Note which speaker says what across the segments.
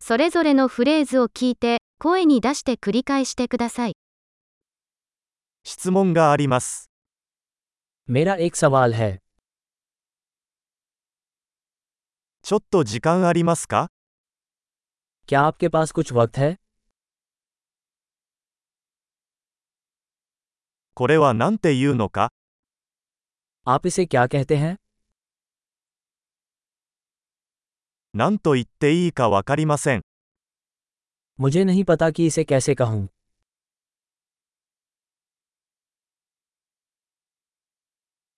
Speaker 1: それぞれのフレーズを聞いて、声に出して繰り返してください。
Speaker 2: 質問があります。
Speaker 3: मेरा एक सवाल है
Speaker 2: ちょっと時間ありますか
Speaker 3: क्या आपके पास कुछ वक्त है
Speaker 2: これは何て言うのか
Speaker 3: आप इसे क्या कहते हैं
Speaker 2: 何と言っていいかわかりません。
Speaker 3: मुझे नहीं पता कि इसे कैसे कहूँ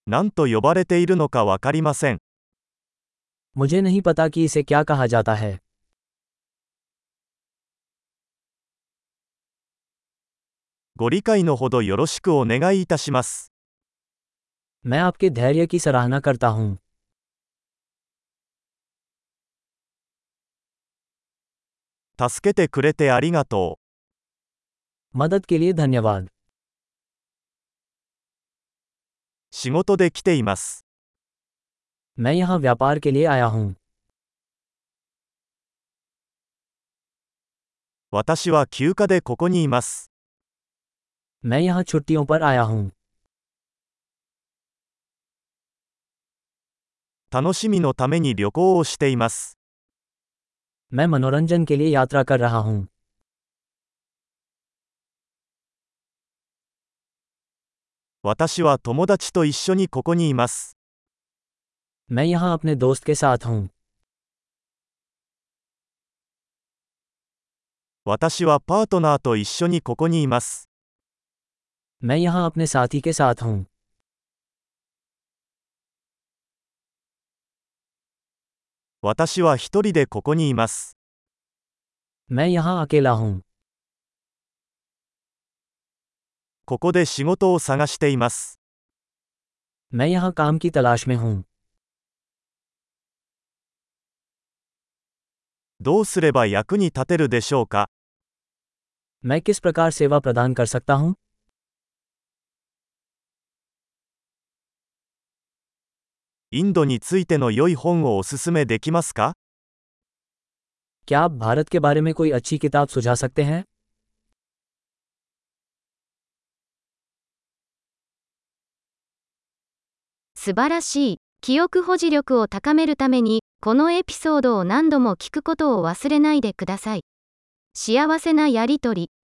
Speaker 2: 何と呼ばれているのかわかりません。
Speaker 3: मुझे नहीं पता कि इसे क्या कहा जाता है
Speaker 2: ご理解のほどよろしくお願いいたします。
Speaker 3: मैं आपके धैर्य की सराहना करता हूँ
Speaker 2: 助けてくれてありがと
Speaker 3: मदद के लिए धन्यवाद
Speaker 2: う。仕事で来ています。
Speaker 3: मैं यहाँ व्यापार के लिए आया हूँ
Speaker 2: 私は休暇でここにいます。
Speaker 3: मैं यहाँ छुट्टियों पर आया हूँ
Speaker 2: 楽しみのために旅行をしています。
Speaker 3: मैं मनोरंजन के लिए यात्रा कर रहा हूँ
Speaker 2: 私は友達と一緒にここにいます。
Speaker 3: मैं यहाँ अपने दोस्त के साथ हूँ
Speaker 2: 私はパートナーと一緒にここにいます。
Speaker 3: मैं यहाँ अपने साथी के साथ हूँ
Speaker 2: 私は一人でここにいます。
Speaker 3: मैं यहाँ अकेला हूँ
Speaker 2: ここで仕事を探しています。
Speaker 3: मैं यहाँ काम की तलाश में हूँ
Speaker 2: どうすれば役に立てるでしょうか
Speaker 3: मैं किस प्रकार सेवा प्रदान कर सकता हूँ
Speaker 2: インドについての良い本をおすすめできますか
Speaker 3: क्या आप भारत के बारे में कोई अच्छी किताब सुझा सकते हैं
Speaker 1: 素晴らしい。記憶保持力を高めるために、このエピソードを何度も聞くことを忘れないでください。幸せなやりとり。